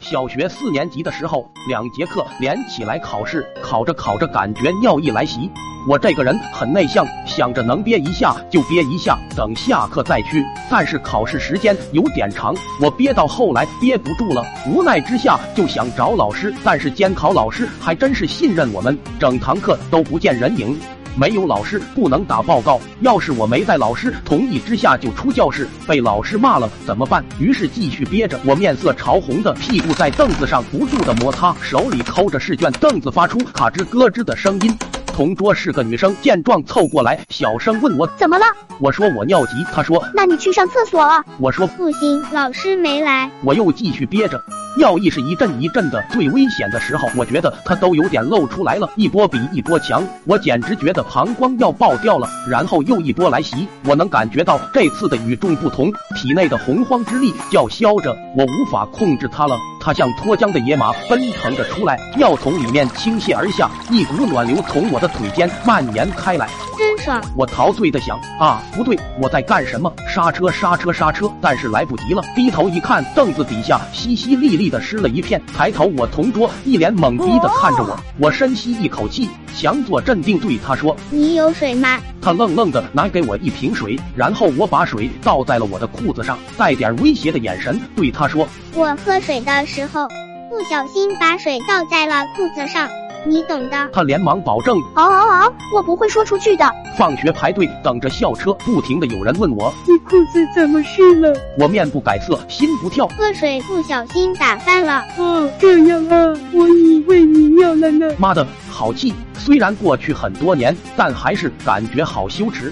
小学四年级的时候，两节课连起来考试，考着考着感觉尿意来袭。我这个人很内向，想着能憋一下就憋一下，等下课再去。但是考试时间有点长，我憋到后来憋不住了，无奈之下就想找老师，但是监考老师还真是信任我们，整堂课都不见人影。没有老师不能打报告，要是我没在老师同意之下就出教室，被老师骂了怎么办？于是继续憋着，我面色潮红的屁股在凳子上不住的摩擦，手里抠着试卷，凳子发出咔吱咯吱的声音。同桌是个女生，见状凑过来，小声问我怎么了？我说我尿急，她说那你去上厕所啊！我说不行，老师没来。我又继续憋着，尿意是一阵一阵的，最危险的时候，我觉得它都有点露出来了，一波比一波强，我简直觉得膀胱要爆掉了。然后又一波来袭，我能感觉到这次的与众不同，体内的洪荒之力叫嚣着，我无法控制它了。它像脱缰的野马奔腾着出来，尿从里面倾泻而下，一股暖流从我的腿间蔓延开来，真爽！我陶醉的想啊，不对，我在干什么？刹车，刹车，刹车！但是来不及了，低头一看，凳子底下淅淅沥沥的湿了一片。抬头，我同桌一脸懵逼的看着我，我深吸一口气，强作镇定对他说：“你有水吗？”他愣愣的拿给我一瓶水，然后我把水倒在了我的裤子上，带点威胁的眼神对他说：“我喝水的时候不小心把水倒在了裤子上，你懂的。”他连忙保证：“嗷嗷嗷，我不会说出去的。”放学排队等着校车，不停的有人问我：“你裤子怎么湿了？”我面不改色，心不跳。喝水不小心打翻了。哦，这样啊，我以为你尿了呢。妈的，好气！虽然过去很多年，但还是感觉好羞耻。